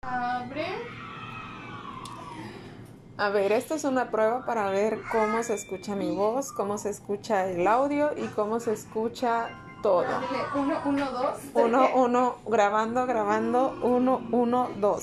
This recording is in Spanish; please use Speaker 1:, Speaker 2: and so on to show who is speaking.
Speaker 1: Abre.
Speaker 2: A ver, esta es una prueba para ver cómo se escucha mi voz, cómo se escucha el audio y cómo se escucha todo.
Speaker 1: Ábrele. Uno, uno, dos.
Speaker 2: Uno, uno, grabando, grabando, uno, uno, dos.